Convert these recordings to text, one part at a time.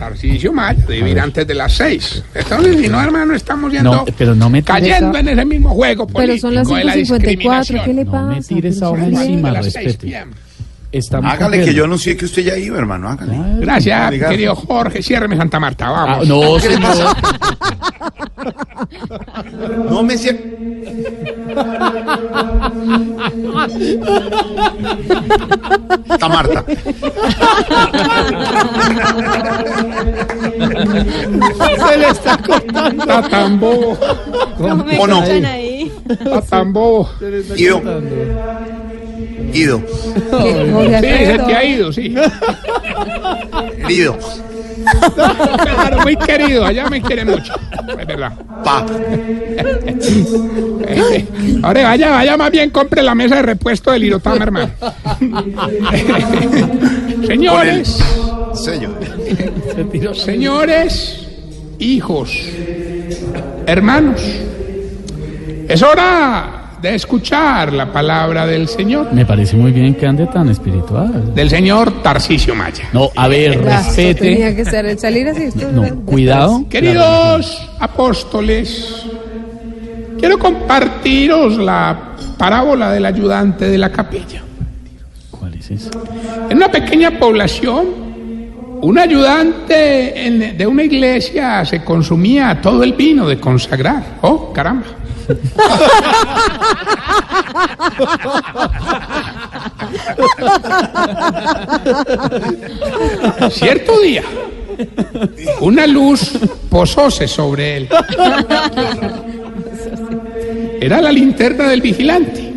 Tarcisio Maya debe ir antes de las seis. Entonces, si no, hermano, estamos yendo No, pero no me tires cayendo a- en ese mismo juego político Pero son las de la 5.54, ¿qué discriminación. le No pasa? me tires esa Pero hoja sí, Bueno, encima, de las 6 respete. p.m. Estamos Hágale que cogiendo. yo anuncié que usted ya iba, hermano. Hágale. Gracias, Obrigado. querido Jorge. Ciérreme Santa Marta, Ah, vamos. no, señor. No me siento. Está Marta. Se le está cortando. Está tan bobo, me ¿O no? escuchan ahí. está tan bobo. Ido. Ido. Que- Jorge Sí, se Alfredo, te ha ido, sí. Ido. Claro, muy querido, allá me quiere mucho. Es verdad. Pa. Eh, Ahora vaya, vaya más bien, compre la mesa de repuesto del Irotama, hermano. Con el Señores. sello. Señores, hijos, hermanos, es hora de escuchar la palabra del Señor, Me parece muy bien que ande tan espiritual. del señor Tarcisio Maya. No, a ver, claro, respete. Tenía que ser el salir así. esto era- No, cuidado. Queridos apóstoles, quiero compartiros la parábola del ayudante de la capilla. ¿Cuál es eso? En una pequeña población, un ayudante en- de una iglesia se consumía todo el vino de consagrar. Oh, caramba. Cierto día, una luz posóse sobre él. Era la linterna del vigilante.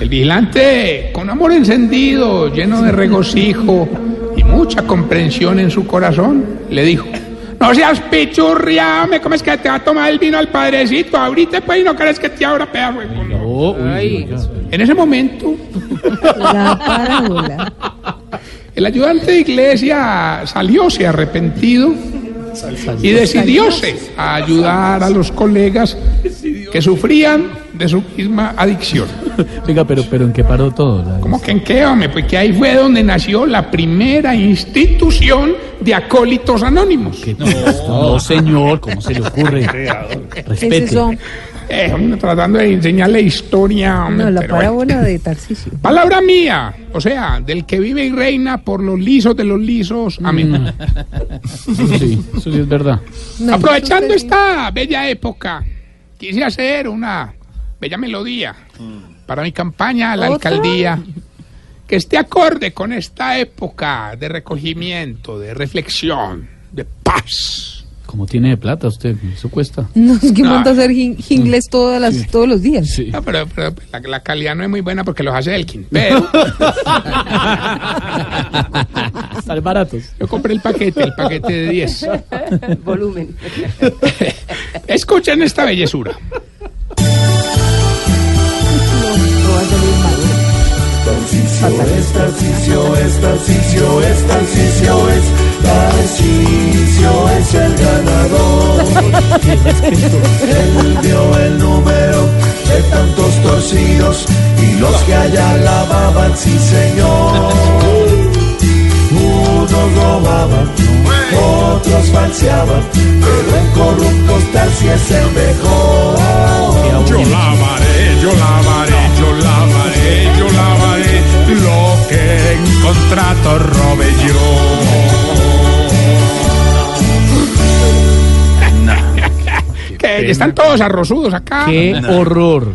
El vigilante, con amor encendido, lleno de regocijo y mucha comprensión en su corazón, le dijo: No seas pichurria, me comes que te va a tomar el vino al padrecito. Ahorita, pues, y no crees que te abra pedazo de culo". Oh, uy, oiga. En ese momento, La parábola. el ayudante de iglesia salióse arrepentido y decidióse a ayudar a los colegas que sufrían de su misma adicción. Oiga, pero, pero ¿en qué paró todo? La- ¿Cómo que en qué, hombre? Pues que ahí fue donde nació la primera institución de acólitos anónimos. ¿Qué no, señor, ¿cómo se le ocurre? ¿Qué es Respete. eso? Eh, hombre, tratando de enseñarle historia, hombre, No, la pero bueno. parábola de Tarcisio. Palabra mía, o sea, del que vive y reina por los lisos de los lisos. Mm. Amén. Eso sí, eso sí es verdad. No, Aprovechando eso es- esta bella época, quise hacer una bella melodía para mi campaña a la ¿Otra? alcaldía que esté acorde con esta época de recogimiento, de reflexión, de paz. Como tiene de plata usted, eso cuesta. No, es que Ah. monta hacer jin- jingles todas las, todos los días. Sí. No, pero, pero la, la calidad no es muy buena porque los hace Elkin. Pero Están baratos. yo compré el paquete, el paquete de 10. volumen. Escuchen esta bellezura. dio el número de tantos torcidos y los que allá lavaban, sí señor. Unos robaban, otros falseaban, pero el corrupto Tarsi es el mejor. Yo lavaré, yo lavaré, yo lavaré, yo lavaré lo que en contrato robe yo. Que están todos arrozudos acá. Qué horror.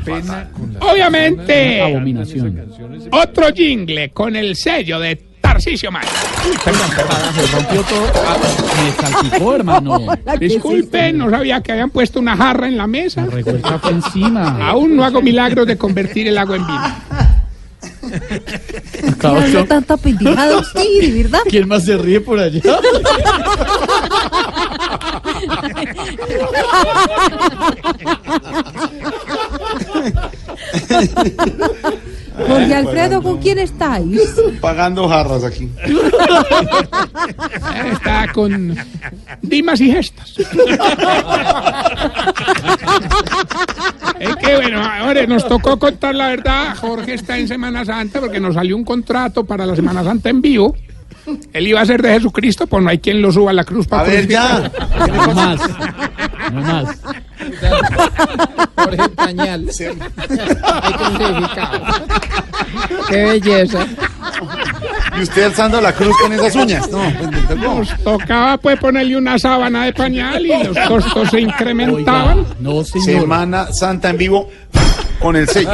Obviamente, Abominación. otro jingle con el sello de Tarcisio Maya. Rompió todo. Ah, Me salpicó, hermano. Disculpen, no sabía que habían puesto una jarra en la mesa. Revuelta fue encima. Aún no hago milagros de convertir el agua en vino. ¿Qué Ah, habla tanta pendejada usted, de verdad? ¿Quién más se ríe por allá? Ah, Jorge Alfredo, ¿con quién estáis? Pagando jarras aquí. Está con dimas y gestas. es que bueno, ahora nos tocó contar la verdad. Jorge está en Semana Santa porque nos salió un contrato para la Semana Santa en vivo. Él iba a ser de Jesucristo, pues no hay quien lo suba a la cruz para A ver, crucificar. ya. No más. No más. Jorge Pañal. Ahí crucificado. Qué belleza. Y usted alzando la cruz con esas uñas. No, pues, pendiente, no. Nos tocaba pues ponerle una sábana de pañal y los costos se incrementaban. Oiga, no, señor. Semana Santa en vivo con el sello.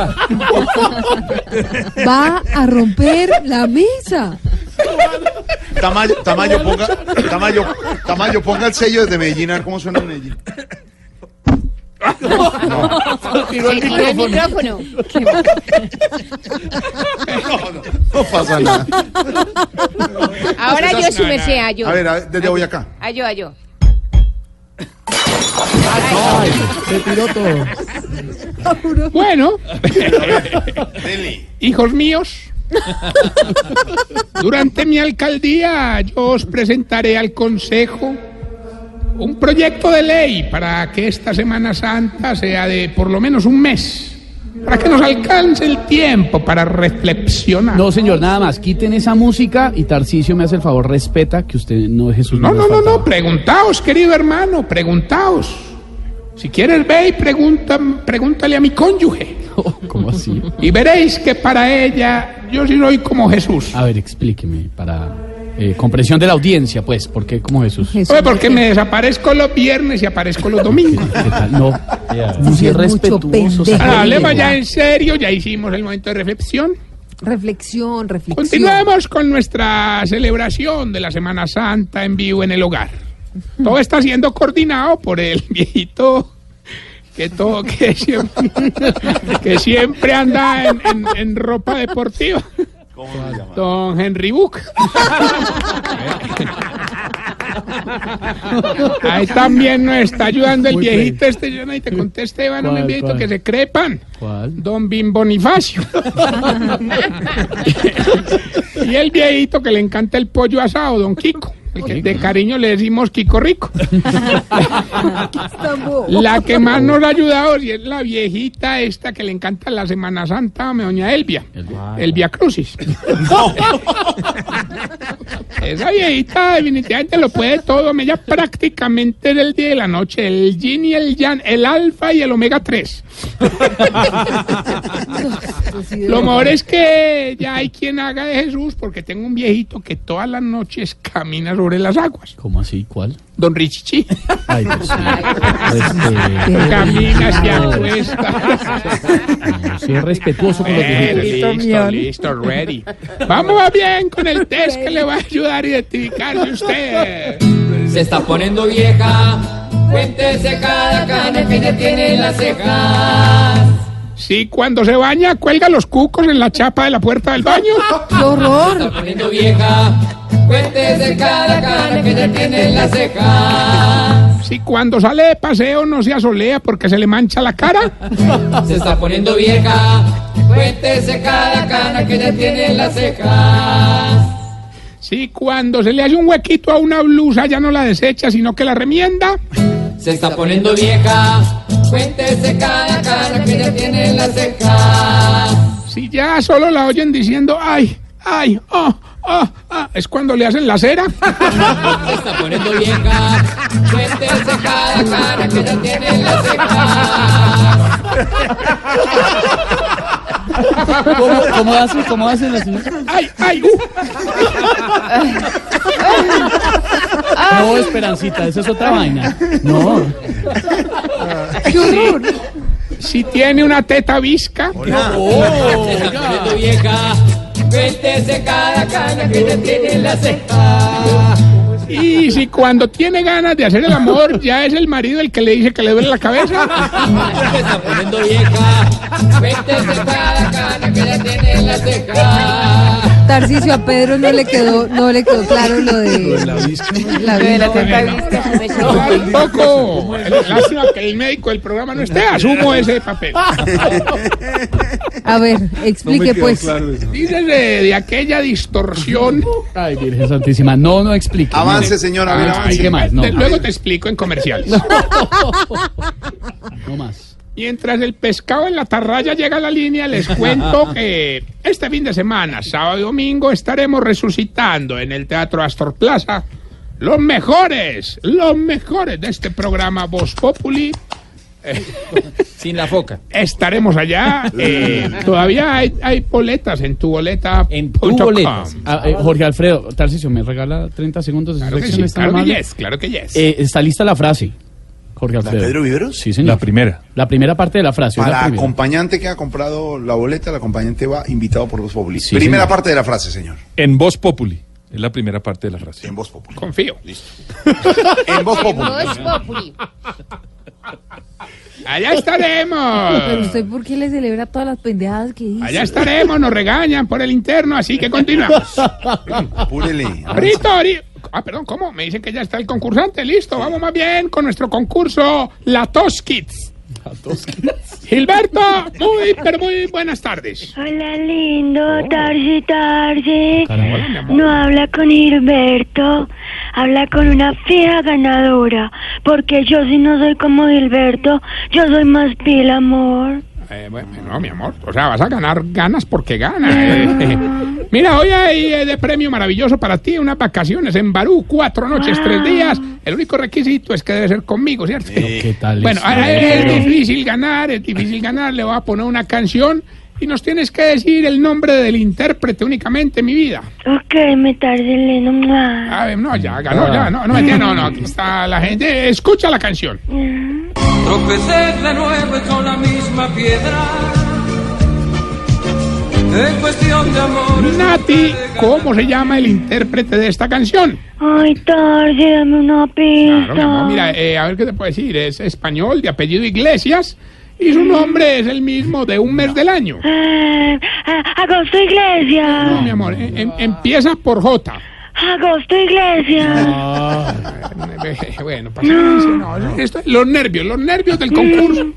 Va a romper la mesa. Tamayo, Tamayo, ponga, Tamayo, Tamayo, ponga el sello desde Medellín, a ver cómo suena en Medellín. No, no, no pasa nada. Ahora yo su merced, A ver, a ver, desde hoy acá. Ayo, ayo. Se tiró todo. Bueno, Deli. hijos míos, durante mi alcaldía yo os presentaré al Consejo un proyecto de ley para que esta Semana Santa sea de por lo menos un mes, para que nos alcance el tiempo para reflexionar. No, señor, nada más. Quiten esa música y Tarcicio me hace el favor, respeta que usted no es Jesús. No, nos no, no, faltaba. no, preguntaos, querido hermano, preguntaos. Si quieres, ve y pregunta, pregúntale a mi cónyuge. ¿Cómo así? Y veréis que para ella yo sí soy como Jesús. A ver, explíqueme para eh, comprensión de la audiencia, pues, ¿por qué como Jesús? ¿Qué, Oye, porque me desaparezco los viernes y aparezco los domingos. qué tal? No, no Sí, sí, es mucho respetuoso. pendejo. Ahora, hablemos ya en serio, ya hicimos el momento de reflexión. Reflexión, reflexión. Continuemos con nuestra celebración de la Semana Santa en vivo en el hogar. Todo está siendo coordinado por el viejito que todo que siempre, que siempre anda en, en- en ropa deportiva. Don Henry Book. Ahí también nos está ayudando el Muy viejito este. Yo no te conté, Esteban, un ¿Cuál, viejito cuál? que se crepan. ¿Cuál? Don Bim Bonifacio. y el viejito que le encanta el pollo asado, don Kiko. El que de cariño le decimos Kiko Rico. Tan bobo. La que más nos ha ayudado y es la viejita esta que le encanta la Semana Santa, me doña Elvia. Elvia Crucis. Esa viejita definitivamente lo puede todo. Ella prácticamente es el día y la noche. El yin y el yang, el alfa y el omega 3. Sí, de Lo verdad. mejor es que ya hay quien haga de Jesús porque tengo un viejito que todas las noches camina sobre las aguas. ¿Cómo así? ¿Cuál? Don Richichi. Ay, Dios Este, mío. Respete. Camina se acuesta. No, sí, es respetuoso con los Bueno, viejitos. listo, listo, ready. Vamos a bien con el test que le va a ayudar a identificarse usted. Se está poniendo vieja. Cuéntese cada cana que ya tiene en las cejas. Si cuando se baña cuelga los cucos en la chapa de la puerta del baño. ¡Qué horror! Está poniendo vieja. Cuéntese cada cana que ya tiene en las cejas. Si cuando sale de paseo no se asolea porque se le mancha la cara. Se está poniendo vieja. Cuéntese cada cana que ya tiene en las cejas. Si cuando se le hace un huequito a una blusa ya no la desecha sino que la remienda. Se está poniendo vieja. Cuéntese cada cana que ya tiene en las cejas. Si ya solo la oyen diciendo ay, ay, oh, oh, ah, es cuando le hacen la cera. Se está poniendo vieja. Cuéntese cada cana que ya tiene en las cejas. ¿Cómo, cómo hace? ¿Cómo hace la señora? Ay, ay, uh. No, Esperancita, esa es otra vaina. No. ¡Qué horror! Si tiene una teta visca. Se está poniendo vieja. Cuéntese cada cana que ya tiene en las cejas. Y Y si cuando tiene ganas de hacer el amor, ya es el marido el que le dice que le duele la cabeza. Se está poniendo vieja. Cuéntese cada cara que ya tiene en la ceja. Tarcicio, a Pedro no le quedó, no le quedó claro lo de la Tampoco. Lástima que el médico del programa no esté. Asumo ese papel. A ver, explique pues. Dices de, de aquella distorsión. Ay, Virgen Santísima, no, no explique. Avance, señora. a Ah, ver, Ay, avance. qué mal. No. Te- luego te explico en comerciales. No más. Mientras el pescado en la tarraya llega a la línea, les cuento que este fin de semana, sábado y domingo, estaremos resucitando en el Teatro Astor Plaza los mejores, los mejores de este programa Voz Populi. Sin la foca. Estaremos allá. eh, todavía hay, hay boletas en tu boleta. En tu punto com. boleta. Ah, eh, Jorge Alfredo, Tarcisio, ¿me regala 30 segundos de su Claro que sí, sección? ¿Es tan claro que amable? yes, claro que yes. Eh, está lista la frase, Jorge Alfredo. Pedro Viveros. Sí, señor. La primera. La primera parte de la frase. es la Para primera. acompañante que ha comprado la boleta, el acompañante va invitado por Voz Populi. Sí, Primera señor. parte de la frase, señor. En voz populi. Es la primera parte de la frase. En Voz Populi. Confío. En Voz Populi. Allá Pero estaremos. usted, ¿por qué le celebra todas las pendejadas que dice? Allá estaremos, nos regañan por el interno, así que continuamos. Apúrele. Brito, Ori- Ah, perdón, ¿cómo? Me dicen que ya está el concursante. Listo, vamos más bien con nuestro concurso La Tos Kids. Gilberto, muy, pero muy buenas tardes. Hola lindo, tarde, tarde. Hola, mi amor. No habla con Gilberto, habla con una fija ganadora, porque yo si no soy como Gilberto, yo soy más pila, amor. Eh, bueno, no, mi amor. O sea, vas a ganar ganas porque ganas. Eh, Mira, hoy hay eh, de premio maravilloso para ti unas vacaciones en Barú, cuatro noches, tres días. El único requisito es que debe ser conmigo, ¿cierto? Eh, ¿Qué tal? Bueno, está? ahora es difícil ganar, es difícil ganar. Le voy a poner una canción y nos tienes que decir el nombre del intérprete únicamente, mi vida. Ok, me tarde, lindo. mua. A ver, no, ya ganó, ya. No, no, mentira, no, no. Aquí está la gente. Escucha la canción. Tropecé de nuevo y con la misma piedra. En cuestión de amor. Nati, ¿cómo se llama el intérprete de esta canción? Ay, tarde, dame una Claro, mi amor, pista. mira, eh, a ver qué te puedo decir. Es español, de apellido Iglesias, y su nombre es el mismo de un mes del año. Eh, eh, Agosto No, Iglesia. mi amor, em- em- empieza por J. Agosto Iglesia. Eh, Bueno, paciencia, no, esto- los nervios, los nervios del concurso. Mi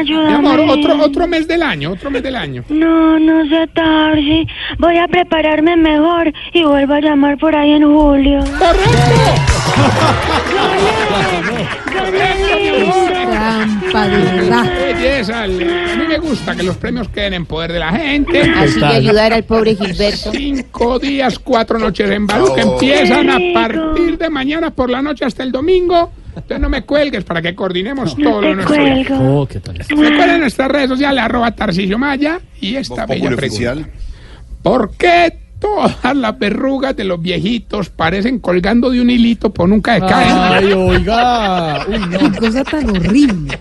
Ayúdame. amor, otro, otro mes del año, otro mes del año. No, no sé tarde. Voy a prepararme mejor y vuelvo a llamar por ahí en julio. ¡Correcto! ¡Gané! ¡Gané mi amor. lindo! Trampa, de verdad. ¡Qué belleza! le- A mí me gusta que los premios queden en poder de la gente. Así que ayudar al pobre Gilberto. Cinco días, cuatro noches en Barú, que empiezan a partir de mañana por la noche hasta el domingo. Entonces no me cuelgues para que coordinemos todo lo Te nuestro. viaje. cuelgo. Oh, ¿qué tal? está? Recuerden nuestras redes sociales, arroba Tarcisio Maya y Voz esta bella Populi pregunta. oficial. ¿Por qué todas las verrugas de los viejitos parecen colgando de un hilito por nunca decaen? Ay, oiga. Uy, no. Qué cosa tan horrible.